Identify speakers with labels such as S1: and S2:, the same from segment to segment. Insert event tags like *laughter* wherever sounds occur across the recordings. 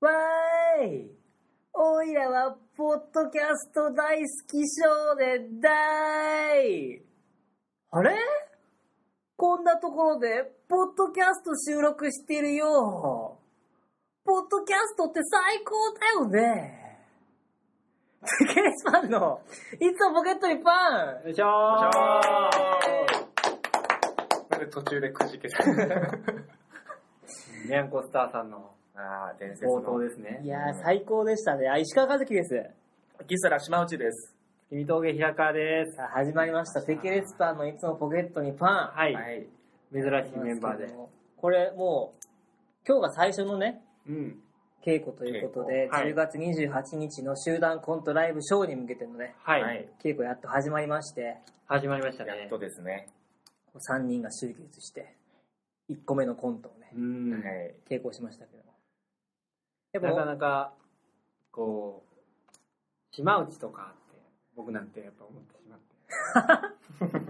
S1: わーいおいらはポッドキャスト大好き少年だーいあれこんなところでポッドキャスト収録してるよポッドキャストって最高だよねケースパンのいつもポケットにパン
S2: よいしょ
S3: よいし
S2: ー
S3: なんで途中でくじけた
S2: にゃんこスターさんの
S3: *laughs* ああ、伝説の。
S2: 冒頭ですね
S1: い。やー最高でしたね。あ、石川和樹です。
S3: ギスラ島内です。
S2: 君峠平川です。
S1: さあ、始まりました。セケレスパーのいつもポケットにパン。
S2: はい。
S3: い。
S2: 珍しいメンバーで。。
S1: これもう、今日が最初のね、
S2: うん。
S1: 稽古ということで、
S2: 稽古はい
S1: 10月28日の集団コントライブショーに向けてのね、
S2: はい。
S1: 稽古やっと始まりまして、
S2: 始まりました
S3: や
S2: ね
S3: っ。とですね。
S1: 3人が集結して、1個目のコントをね
S2: う、ん。
S3: はい。
S1: 稽古しましたけども。で
S2: なか
S1: も、
S2: なか、こう、島内とかって、僕なんてやっぱ思ってしまって。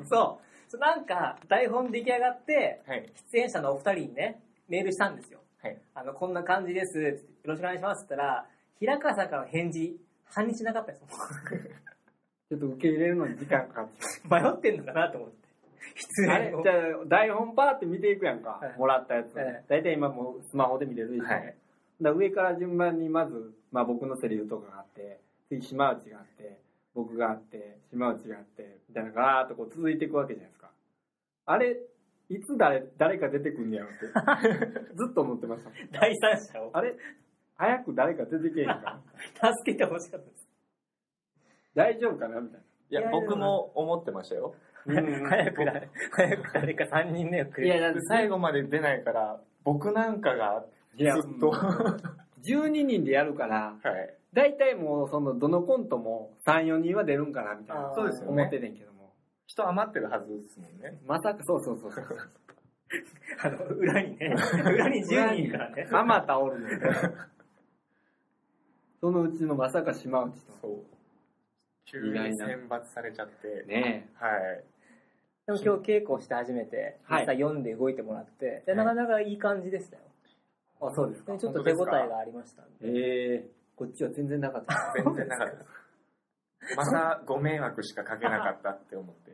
S1: そう、なんか台本出来上がって、
S3: はい。
S1: 出演者のお二人にね、メールしたんですよ。
S3: はい。
S1: あの、こんな感じです。よろしくお願いします。って言ったら、平川さんからの返事、半日なかったです。
S2: ちょっと受け入れるのに時間かかって。
S1: 迷ってんのかなと思って。失
S2: あ
S1: 礼
S2: れ
S1: を
S2: *laughs* じゃあ台本パーって見ていくやんか、
S1: はい
S2: もらったやつ、
S1: はい
S2: 大体今もうスマホで見れるでしょ、
S3: は
S2: だ
S3: い
S2: から上から順番にまず、まあ、僕のセリフとかがあって次島内があって僕があって島内があってみたいなのがガーッとこう続いていくわけじゃないですかあれいつ誰誰か出てくんねやろってずっと思ってました
S1: 第三者を
S2: あれ早く誰か出てけへんか
S1: 助けてほしかったです。
S2: 大丈夫かなみたい
S3: いや
S1: いや、
S3: 僕も思ってましたよ。
S2: な
S1: *laughs* 早くだ、早く誰か3人目をく
S3: い
S1: れ。
S3: や、だって最後まで出ないから、僕なんかが
S2: いや
S3: ずっと。
S2: うん
S3: は
S2: 12人でやるから
S3: い。
S2: 大体もうそのどのコントも34人は出るんかなみたい
S1: あ
S2: な
S1: ー
S3: そうですよ
S2: 思っ
S3: ね
S2: て。てんけども
S3: 人余ってるはずですもんね。
S2: まさかそうそうそうそう
S1: あの、裏に *laughs* ね、裏に10人いるからね。
S2: あ *laughs* またおるのよそのうちのまさか島内と
S3: そう。急に
S2: 意外な
S3: 選抜されちゃって。
S2: ね
S3: はい。
S1: でも今日稽古して初めて、実
S2: はい
S1: 際読んで動いてもらって、で
S3: は
S1: な
S3: い
S1: かなかいい感じでしたよ。
S2: えあそうです
S1: でちょっと手応えがありましたんで。
S2: ええこっちは全然なかった
S3: 全然なかったです。またご迷惑しかかけなかったって思って。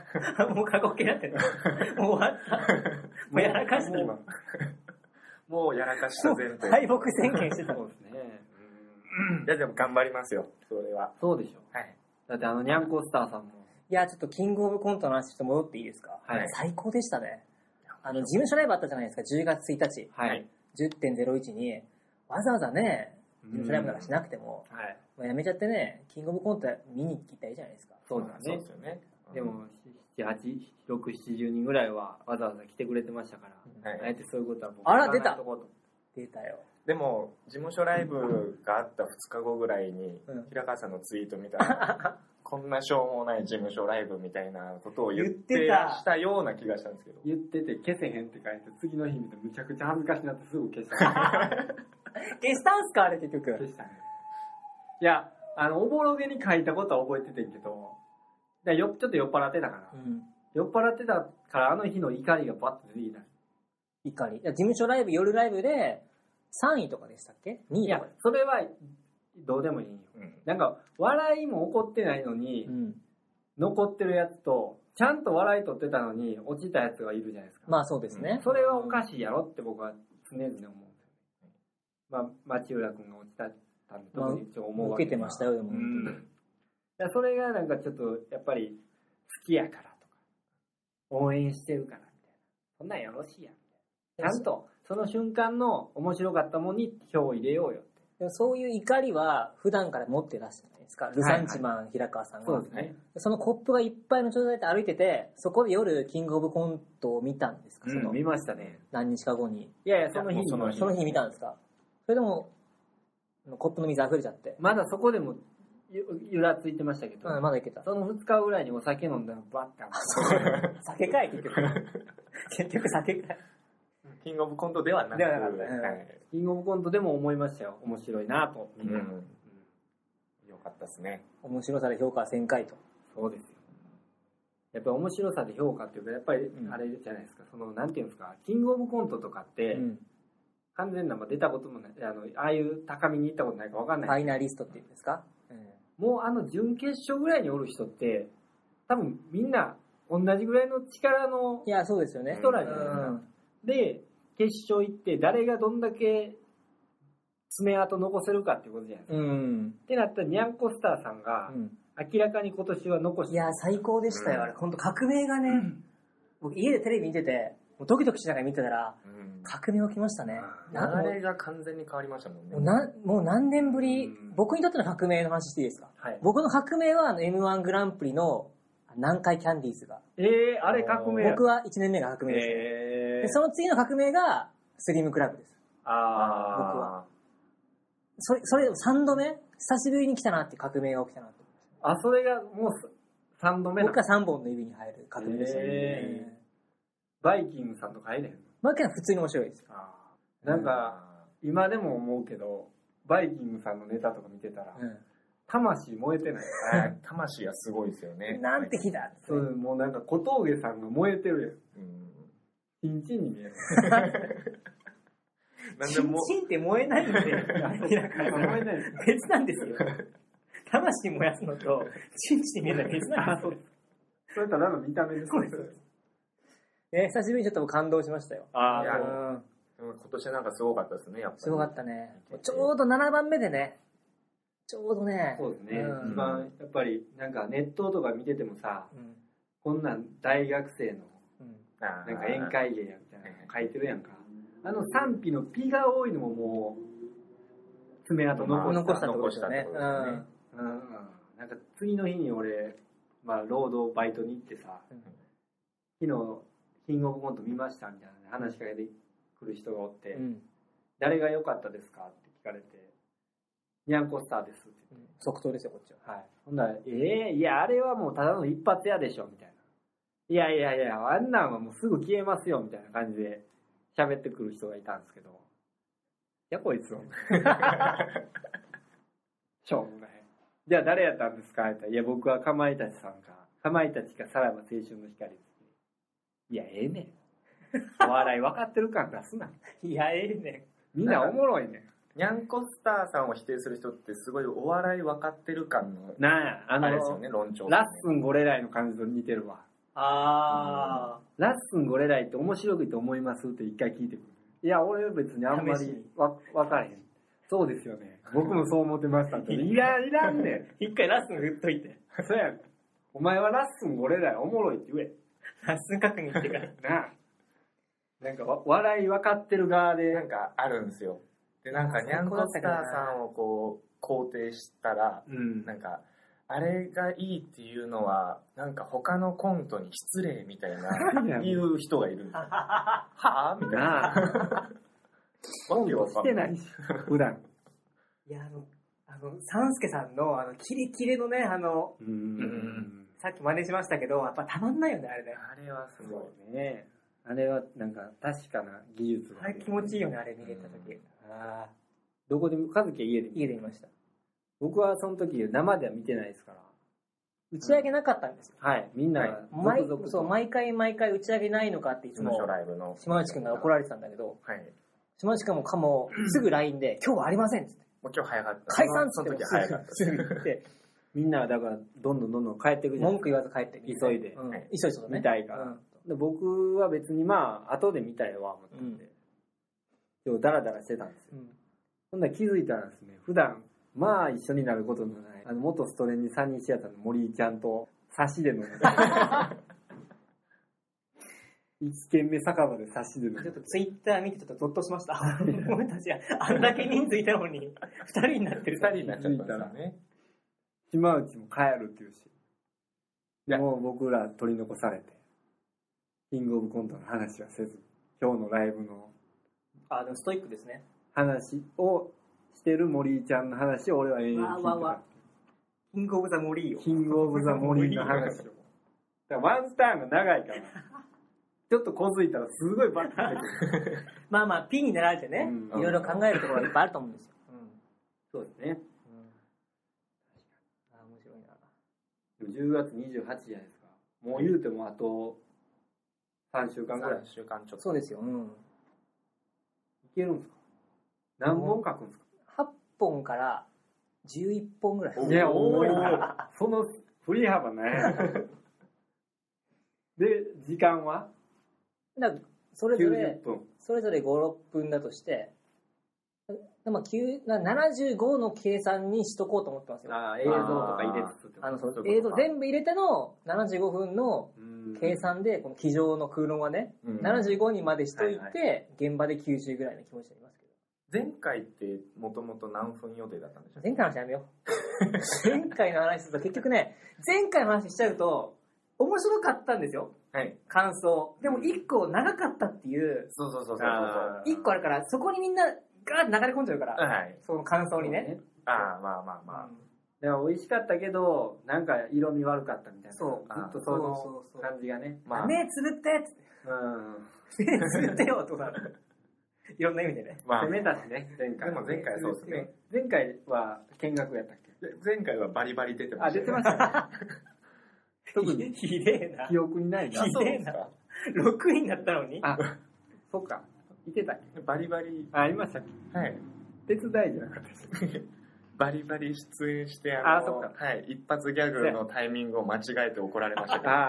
S1: *laughs* もう過去形になってる。 *laughs* もう終わった。もうやらかしてる
S3: もう。もうやらかしたぜって。
S1: 敗北宣言してたもん。
S2: そうですね
S3: いや、でも頑張りますよ、それは。
S2: *laughs* そうでしょ
S3: はい。
S2: だってあのニャンコスターさんも
S1: いや、ちょっとキングオブコントの話ちょっと戻っていいですか、
S2: はい
S1: 最高でしたね。あの、事務所ライブあったじゃないですか、10月1日。
S2: はい、
S3: はい
S1: 10.01に、わざわざね、事務所ライブなんかしなくても、
S2: はい、
S1: まあ、やめちゃってね、キングオブコント見に行ったらいいじゃないですか。
S2: そうだ
S3: そう
S2: ね
S3: ですよね。
S2: でも78670人ぐらいはわざわざ来てくれてましたから、
S3: はい
S2: あえてそういうことは僕
S1: あら出た
S2: 言わないとこうと
S1: 出たよ。
S3: でも、事務所ライブがあった2日後ぐらいに
S1: うん、
S3: 平川さんのツイート見たら、
S1: *laughs*
S3: こんなしょうもない事務所ライブみたいなことを言っ
S1: 言って
S3: て
S1: た
S3: らしたような気がしたんですけど。
S2: 言ってて消せへんって書いて次の日見てむちゃくちゃ恥ずかしなってすぐ
S1: *laughs*
S2: 消した
S1: 消したんすかあれ結
S2: 消
S1: 局。
S2: したねいやあのおぼろげに書いたことは覚えててんけどでよちょっと酔っ払ってたから、
S1: うん。
S2: 酔っ払ってたからあの日の怒りがバッと出てきた
S1: 怒り。いや事務所ライブ、夜ライブで、3位とかでしたっけ ?2
S2: い
S1: 位と
S2: や
S1: かで。
S2: それはどうでもいいんよ
S3: うん
S2: なんか笑いも起こってないのに、
S1: うん。
S2: 残ってるやつとちゃんと笑い取ってたのに落ちたやつがいるじゃないですか
S1: まあそうですね。
S2: それはおかしいやろって僕は常々思うんですよね。まあ、町浦君が落ちたったんで、
S1: まあ
S2: 特にちょっと思うわ
S1: 受
S2: け
S1: けてました
S2: よ。
S1: よ、でも
S3: う
S1: 本当に。
S3: ん。
S2: だからそれがなんかちょっと、やっぱり、好きやからとか、応援してるからみたいな。そんなんよろしいやんみたいな。ちゃんと、その瞬間の面白かったものに票を入れようよって。
S1: でもそういう怒りは普段から持ってらっしゃるじゃないですか。ルサンチマン、平川さんが。
S3: すね。
S1: そのコップがいっぱいの状態で歩いてて、そこで夜、キングオブコントを見たんですか、
S2: う
S1: その
S2: ん、見ましたね。
S1: 何日か後に。
S2: いやいや、その日
S3: いやも
S2: に
S3: うその日。
S1: その日見たんですかそれでも、コップの水溢れちゃって。
S2: まだそこでも、ゆゆらついてましたけど、
S1: うん、まだいけた。
S2: その2日ぐらいにお酒飲んだらバッてあ
S1: 酒かい、結局。 *laughs* 結局酒かい。
S3: キングオブコントではなく、
S1: で
S3: は
S1: はなかったうん
S3: い
S2: キングオブコントでも思いましたよ。面白いなと。みん
S3: う
S2: な。
S3: ん。よかったですね。
S1: 面白さで評価は1000回と。
S2: そうですよ。やっぱり面白さで評価っていうか、やっぱり
S1: うん
S2: あれじゃないですか、その、なんていうんですか、キングオブコントとかって、
S1: うん。
S2: 完全な、まあ、出たこともない、あの、ああいう高みに行ったことないかわかん
S1: フ
S2: ない。
S1: ァイナリストっていうんですか
S2: もうあの、準決勝ぐらいにおる人って、多分みんな同じぐらいの力の
S1: いや、そうですよね。
S2: 人ら
S1: う
S2: じゃないですか。
S1: ん。
S2: で、決勝行って、誰がどんだけ爪痕残せるかっていうことじゃないですか。
S1: うん。
S2: ってなったら、ニャンコスターさんが
S1: う、ん
S2: 明らかに今年は残し
S1: い
S2: て、
S1: や、最高でした
S3: う
S1: よ。
S3: ん
S1: あれ、ほんと革命がね、僕家でテレビ見てて、もうドキドキしながら見てたら、
S3: うん
S1: 革命起きましたね。な
S3: 流れが完全に変わりましたもんね
S1: もうなもう何年ぶり、
S3: うん
S1: 僕にとっての革命の話していいですか
S2: はい。
S1: 僕の革命はあの M1 グランプリの南海キャンディーズが。
S2: えー、あれ革命や
S1: 僕は1年目が革命ですね、
S2: え
S1: でその次の革命がスリムクラブです。僕
S2: あ
S1: はそれ、それ3度目久しぶりに来たなっていう革命が起きたなと。
S2: ーあ、それがもう3度目な
S1: 僕が3本の指に入る革命でしたね。
S2: へー
S1: えー
S2: バイキングさんとか入れへんの
S1: マーケは普通に面白いです。
S2: あーなんか、今でも思うけど、バイキングさんのネタとか見てたら、
S1: うん
S2: 魂燃え
S1: *laughs*
S2: てない。
S3: あー魂がすごいですよね
S1: なんて日だ
S2: そうもうなんか小峠さんが燃えてる
S3: うん
S2: やん。チンチンに見える。
S3: なんでも
S1: チンチンって燃え *laughs* ないんで、明らかに
S2: 燃えない
S1: *laughs*
S2: です。
S1: 別なんですよ。魂燃やすのと、チンチン見えるのは別なんですよ。
S2: それただの見た目です
S1: そうですね、久しぶりにちょっと僕感動しましたよ。
S2: あ
S3: いや
S2: あ、
S1: うん
S3: 今年なんかすごかったですねやっぱり
S1: すごかったね。ちょうど7番目でね、ちょうどね、
S2: そうですね。
S1: うん
S2: 一番、やっぱり、なんかネットとか見ててもさ、
S1: うん
S2: こんなん大学生の、
S1: うん
S3: あー
S2: なんか宴会芸やみたいなの書いてるやんか。あの賛否のピが多いのももう、爪痕残し
S1: 残し
S2: た。
S1: たってことですよね。
S3: 残し
S1: う
S3: た
S1: ん
S3: ってことですね
S2: うんうん。なんか次の日に俺、まあ労働バイトに行ってさ、
S1: うん
S2: 昨日、キングオブコント見ましたみたいな話しかけてくる人がおって、
S1: うん
S2: 誰が良かったですかって聞かれて、ニャンコスターですって言って
S1: 即答ですよ、こっちは。
S2: はい。ほんなら、ええいや、あれはもうただの一発屋でしょ、みたいな。いやいやいや、あんなんはもうすぐ消えますよ、みたいな感じで喋ってくる人がいたんですけど。いや、こいつ
S3: *laughs*
S2: は。しょうもない。じゃあ誰やったんですかって言ったらいや、僕はかまいたちさんか。かまいたちかさらば青春の光です。いや、ええねん。お笑い分かってる感出すな。
S1: いや、ええね
S2: みんなおもろいね
S3: にゃんこスターさんを否定する人ってすごいお笑い分かってる感の
S2: ん。なんや、あの、
S3: *laughs* あれですよね論調
S2: ラッスンゴレライの感じと似てるわ。
S1: あ
S2: ラッスンゴレライって面白いと思いますって一回聞いてくる。いや、俺は別にあんま
S1: 試し
S2: り
S1: に
S2: わ分からへん。そうですよね。僕もそう思ってましたって。いらん、いらんねん。
S1: ー。一回ラスン振っといて。
S2: そうやん。お前はラッスンゴレライおもろいって言え。
S1: ラスン確認して *laughs* から。
S2: なあ。なんかわ、笑い分かってる側で、
S3: なんかあるんですよでなんか
S1: あー
S3: にゃんこスターさんをこう肯定したら
S2: うん。
S3: なんかあれがいいっていうのはなんか他のコントに失礼みたい *laughs* な言う人がいるんですよはあみたいな
S2: なあ。
S3: わけわ
S2: し
S3: か
S2: て
S3: んな
S2: ないいし、普段。
S1: いや、あの、あの、サンスケさんの、あの、キレキレのね、あの、
S2: う
S3: うん。
S1: さっき真似しましたけど、やっぱたまんないよね、あれね。
S3: あれはすごい
S2: そうね。あれは、なんか、確かな技術が
S1: あ
S2: あ
S1: れ
S2: る。
S1: 気持ちいいよね、あれ見れた時。ああ、
S2: どこでも、かずきは家で見た
S1: 家で見ました。
S2: 僕はその時生では見てないですから。
S1: 打ち上げなかったんですよ。
S2: はい、みんな
S3: は
S2: が
S3: い
S1: 毎
S2: 々と
S1: そう毎回毎回打ち上げないのかっていつ
S3: 事務
S1: も
S3: 所ライブの
S1: 島内くんが怒
S3: れ
S1: られてたんだけど、
S3: はい
S1: 島内くんもかもすぐ LINE で、今日はありませんっつって
S3: もう今日早かった
S1: 解散っつ
S3: そ
S1: って
S3: の
S1: も
S3: 時は早かった
S1: すぐすぐ言って、
S2: みんなはだから、どんどんどんどん帰ってくじゃん。
S1: 文句言わず帰ってみんな
S2: 急いで
S1: うん
S3: はい
S1: 急いでそうだね。
S2: 見たいからで僕は別にまあ、後で見たいわ、思ったんで。今日ダラダラしてたんですよ。
S1: うん。うん
S2: そんなら気づいたらですね、普段、まあ一緒になることのない、あの、元ストレンジ3人シアターの森井ちゃんと、差
S1: *laughs*
S2: しで飲んで。一軒目酒場で差しで飲ん
S1: ちょ
S2: で
S1: っ。とツイッター見てちょっとゾッとしま *laughs* した。俺たち、あんだけ人数いたのに、二人になって
S3: 二
S1: る。
S3: 人になっちゃったんですよね
S2: 島内も帰るって言うし。もう僕ら取り残されて、キングオブコントの話はせず、今日のライブの
S1: あ、でもストイックですね。
S2: 話をしてる森井ちゃんの話を俺は永遠に聞いて
S1: わわ
S2: た
S1: わ。キングオブザモリーよ。
S2: キングオブザ森井の話を。だからワンスターンが長いから、 *laughs* ちょっとこづいたらすごいバッて出てくる。
S1: まあまあ、ピンになられてね、
S2: うん
S1: いろいろ考えるところがいっぱいあると思うんですよ。
S2: *laughs* そうですね。
S1: うん。あ、面白いな。
S2: でも10月28じゃないですか。もう言うてもあと3週間ぐらい。い
S3: 3週間ちょっと
S1: そうですよ。うん。
S2: けるんですか何本書くんですか
S1: 8本から11本ぐらい。
S3: お
S2: いや、
S3: お
S2: 多
S3: ー
S2: いな。その振り幅ね。で、時間は
S1: だからそれぞれ
S2: 90、分。
S1: それぞれ5、6分だとして、まあ、9な75の計算にしとこうと思ってますよ。
S2: あー映像とか入れつつってこと
S1: あのそ
S3: そう
S1: の
S3: い
S1: 映
S3: うこ
S1: 像
S3: とか
S1: 全部入れての75分の
S2: うん
S1: 計算で、この机上の空論はね、
S3: うん
S1: 75にまでしとい
S2: はい
S1: て、現場で90ぐらいの気持ちになりますけど。
S3: 前回ってもともと何分予定だったんでしょう
S1: 前回の話やめよ
S3: *laughs*
S1: う。前回の話すると結局ね、前回の話しちゃうと、面白かったんですよ。
S3: はい。
S1: 感想。でも一個長かったっていう、
S3: そうそうそうそうそう。
S2: あー
S1: 一個あるから、そこにみんなが流れ込んじゃうから、
S3: はい。
S1: その感想にね。
S3: ああ、まあまあまあ。
S2: でも美味しかったけど、なんか色味悪かったみたいな。
S1: そう
S2: ずっと
S1: そ
S2: そう
S1: そうそう
S2: の感じがね。
S3: まあ、
S1: 目つぶってつって
S2: うん。
S1: 目つぶってよとか、 *laughs* いろんな意味でね。
S3: まあ、
S2: 攻めたしね、前回。
S3: でも前回はそうですね。
S2: 前回は見学やったっけ
S3: で前回はバリバリ出てま
S2: あ、
S3: した
S2: 出
S3: よ
S2: てましたね。 *laughs* 特に
S1: ひでえな
S2: 記。憶にないな
S3: *laughs*
S1: あ。
S3: あそうで
S1: ひ
S3: す
S1: でえ
S3: か。
S1: 6位になったのに。
S2: あ、そっか。いてたっけ
S3: バリバリ、
S2: あ、いましたっ
S3: はい。
S2: け手伝いじゃなかったっけ
S3: *laughs* バリバリ出演して、
S2: あそっ
S3: はい。一発ギャグのタイミングを間違えて怒られま *laughs* したけど。
S2: あ
S3: は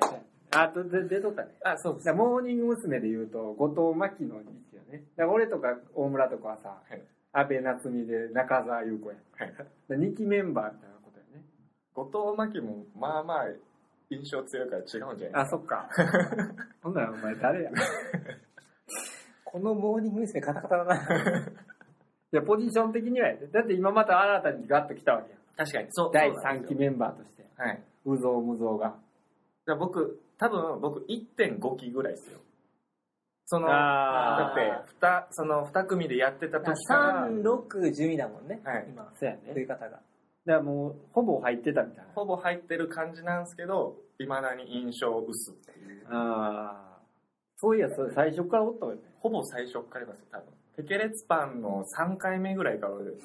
S2: ーあ、あとで出とったね。
S3: あ、そうで
S2: だからモーニング娘。で言うと、後藤真希の位置よね。だから俺とか大村とかはさ、
S3: はい
S2: 安倍夏実で中澤優子やん。
S3: はい
S2: 2期メンバーみたいなことやね。
S3: 後藤真希も、まあまあ、印象強いから違うんじゃない
S2: あ、そっ
S3: *laughs*
S2: か。ほんならお前誰や。い
S1: このモーニング娘。カタカタだな。
S2: や、ポジション的にはやで。だって今また新たにガッと来たわけやん。
S3: 確かに、そう。
S2: 第
S3: そうなん
S2: 3
S3: です
S2: 期
S3: よ。
S2: メンバーとして。
S3: はい。
S2: うぞうむぞうが。
S3: じゃあ僕、多分僕1.5期ぐらいですよ。その、だ
S2: あ
S3: っ
S1: ー
S3: て、二、その二組でやってた時から、
S1: 3、6、12だもんね。
S3: はい
S1: 今、
S2: そうやね。
S1: 増え
S2: だか
S1: 方が。
S2: らもう、ほぼ入ってたみたいな。
S3: ほぼ入ってる感じなんですけど、未だに印象薄っていう。
S2: ああ。そういや、それ最初からおったわよね。
S3: ほぼ最初からいますよ、多分。テケレツパンの3回目ぐらいから
S1: 結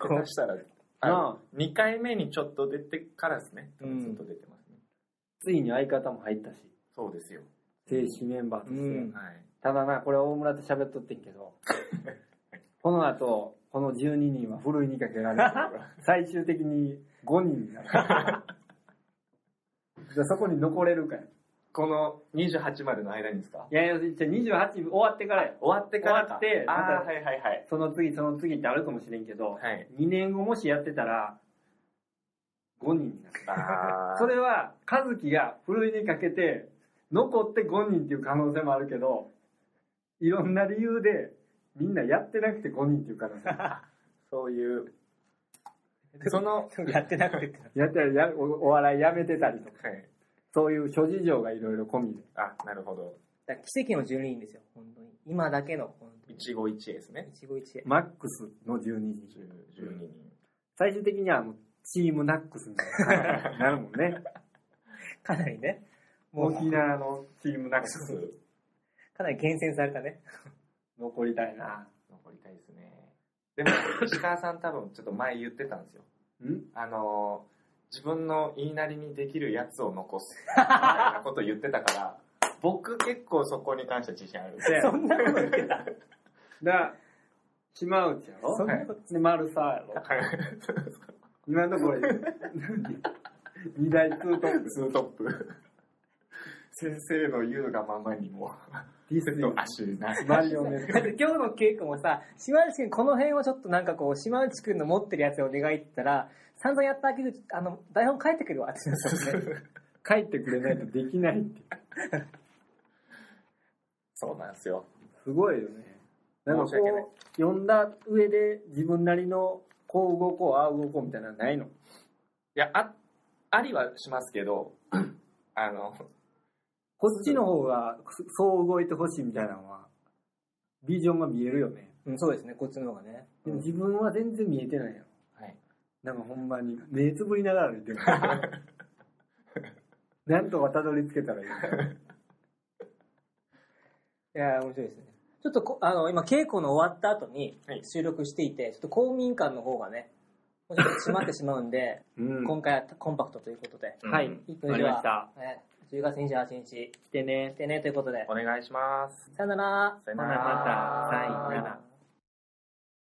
S3: 下手したら、
S2: ああ
S3: 2回目にちょっと出てからですね。ず
S2: うん
S3: っと出てますね。
S2: ついに相方も入ったし、
S3: そうですよ。
S2: 正式メンバーとして。
S1: うん
S3: はい。
S2: ただな、これ大村と喋っとってんけ *laughs* ど、この後、この12人はふるいにかけられる。 *laughs* 最終的に5人 *laughs* になる。じゃあそこに残れるかよ。
S3: この28までの間にですか
S2: いやいや、じゃあ28終わってからよ。
S3: 終わってからか。
S2: 終わって
S3: あ
S2: ま
S3: あ
S2: た
S3: ー、はいはいはい。
S2: その次、その次ってあるかもしれんけど、
S3: はい。
S2: 2年後もしやってたら、5人になる。
S3: *laughs* あ
S2: それは、和樹がふるいにかけて、残って5人っていう可能性もあるけど、いろんな理由で、みんなやってなくて5人っていう可能性もある。 *laughs*
S3: そういう、その、はい。
S1: やってなくてってな
S2: やってるやおお笑いやめてたりとか、そういう諸事情がいろいろ込みで。
S3: あ、なるほど。
S1: だから奇跡の12人ですよ、本当に。今だけの、本当に。
S3: 一期一会ですね。
S1: 一期一会。
S2: マックスの12人。
S3: 10 12人。
S2: 最終的にはもうチームナックスみたいな *laughs* なるもんね。
S1: かなりね、もう、
S2: 沖縄のチームナックス
S1: かなり厳選されたね。
S2: 残りたいな。
S3: 残りたいですね。でも、石川さん多分ちょっと前言ってたんですよ。
S2: ん
S3: あのー自分の言いなりにできるやつを残す。みたいなこと言ってたから、僕結構そこに関しては自信あ *laughs* る。
S2: せや
S1: そんなこと言ってた。
S2: だから、島内やろ
S1: そんなこと
S2: で、丸沢やろ今のところ、 *laughs* 二大ツートップ。
S3: ツートップ。先生の言うがままにも、
S2: ディス
S3: 手
S2: イ
S3: と足なし。
S2: マリオネット。
S1: だって今日の稽古もさ、島内くんこの辺をちょっとなんかこう、島内くんの持ってるやつをお願いって言ったら、散々やったけど、あの、台本書いてくるわって言ってたもんね
S2: 帰ってくれないとできないって。
S3: そうなんですよ。
S2: すごいよね。なんか
S3: 申し訳ない
S2: こう、読んだ上で自分なりの、こう動こう、ああ動こうみたいなのないの
S3: いや、あ、ありはしますけど、あの、
S2: こっちの方が、そそう動いてほしいみたいなのは、ビジョンが見えるよね。
S1: うん、そうですね、こっちの方がね。
S2: でも自分は全然見えてないよ。
S3: はい。
S2: なんかほんまに、目つぶりながら歩 *laughs* いてる。なんとかたどり着けたらいい。
S1: いやー面白いですね。ちょっとこ、あの、今、稽古の終わった後に
S3: はい
S1: 収録していて、ちょっと公民館の方がね、もうちょっと閉まってしまうんで、
S2: うん
S1: 今回はコンパクトということで。
S2: はい
S3: うん
S1: 一
S2: わ
S1: 分以
S2: かり
S1: 上
S2: まし
S1: は、
S2: た。
S1: えー10月28日、
S2: 来てね
S1: 来。てねということで
S3: お、願いします。
S1: さよなら。
S3: さよ
S2: ほなまた。さよなら。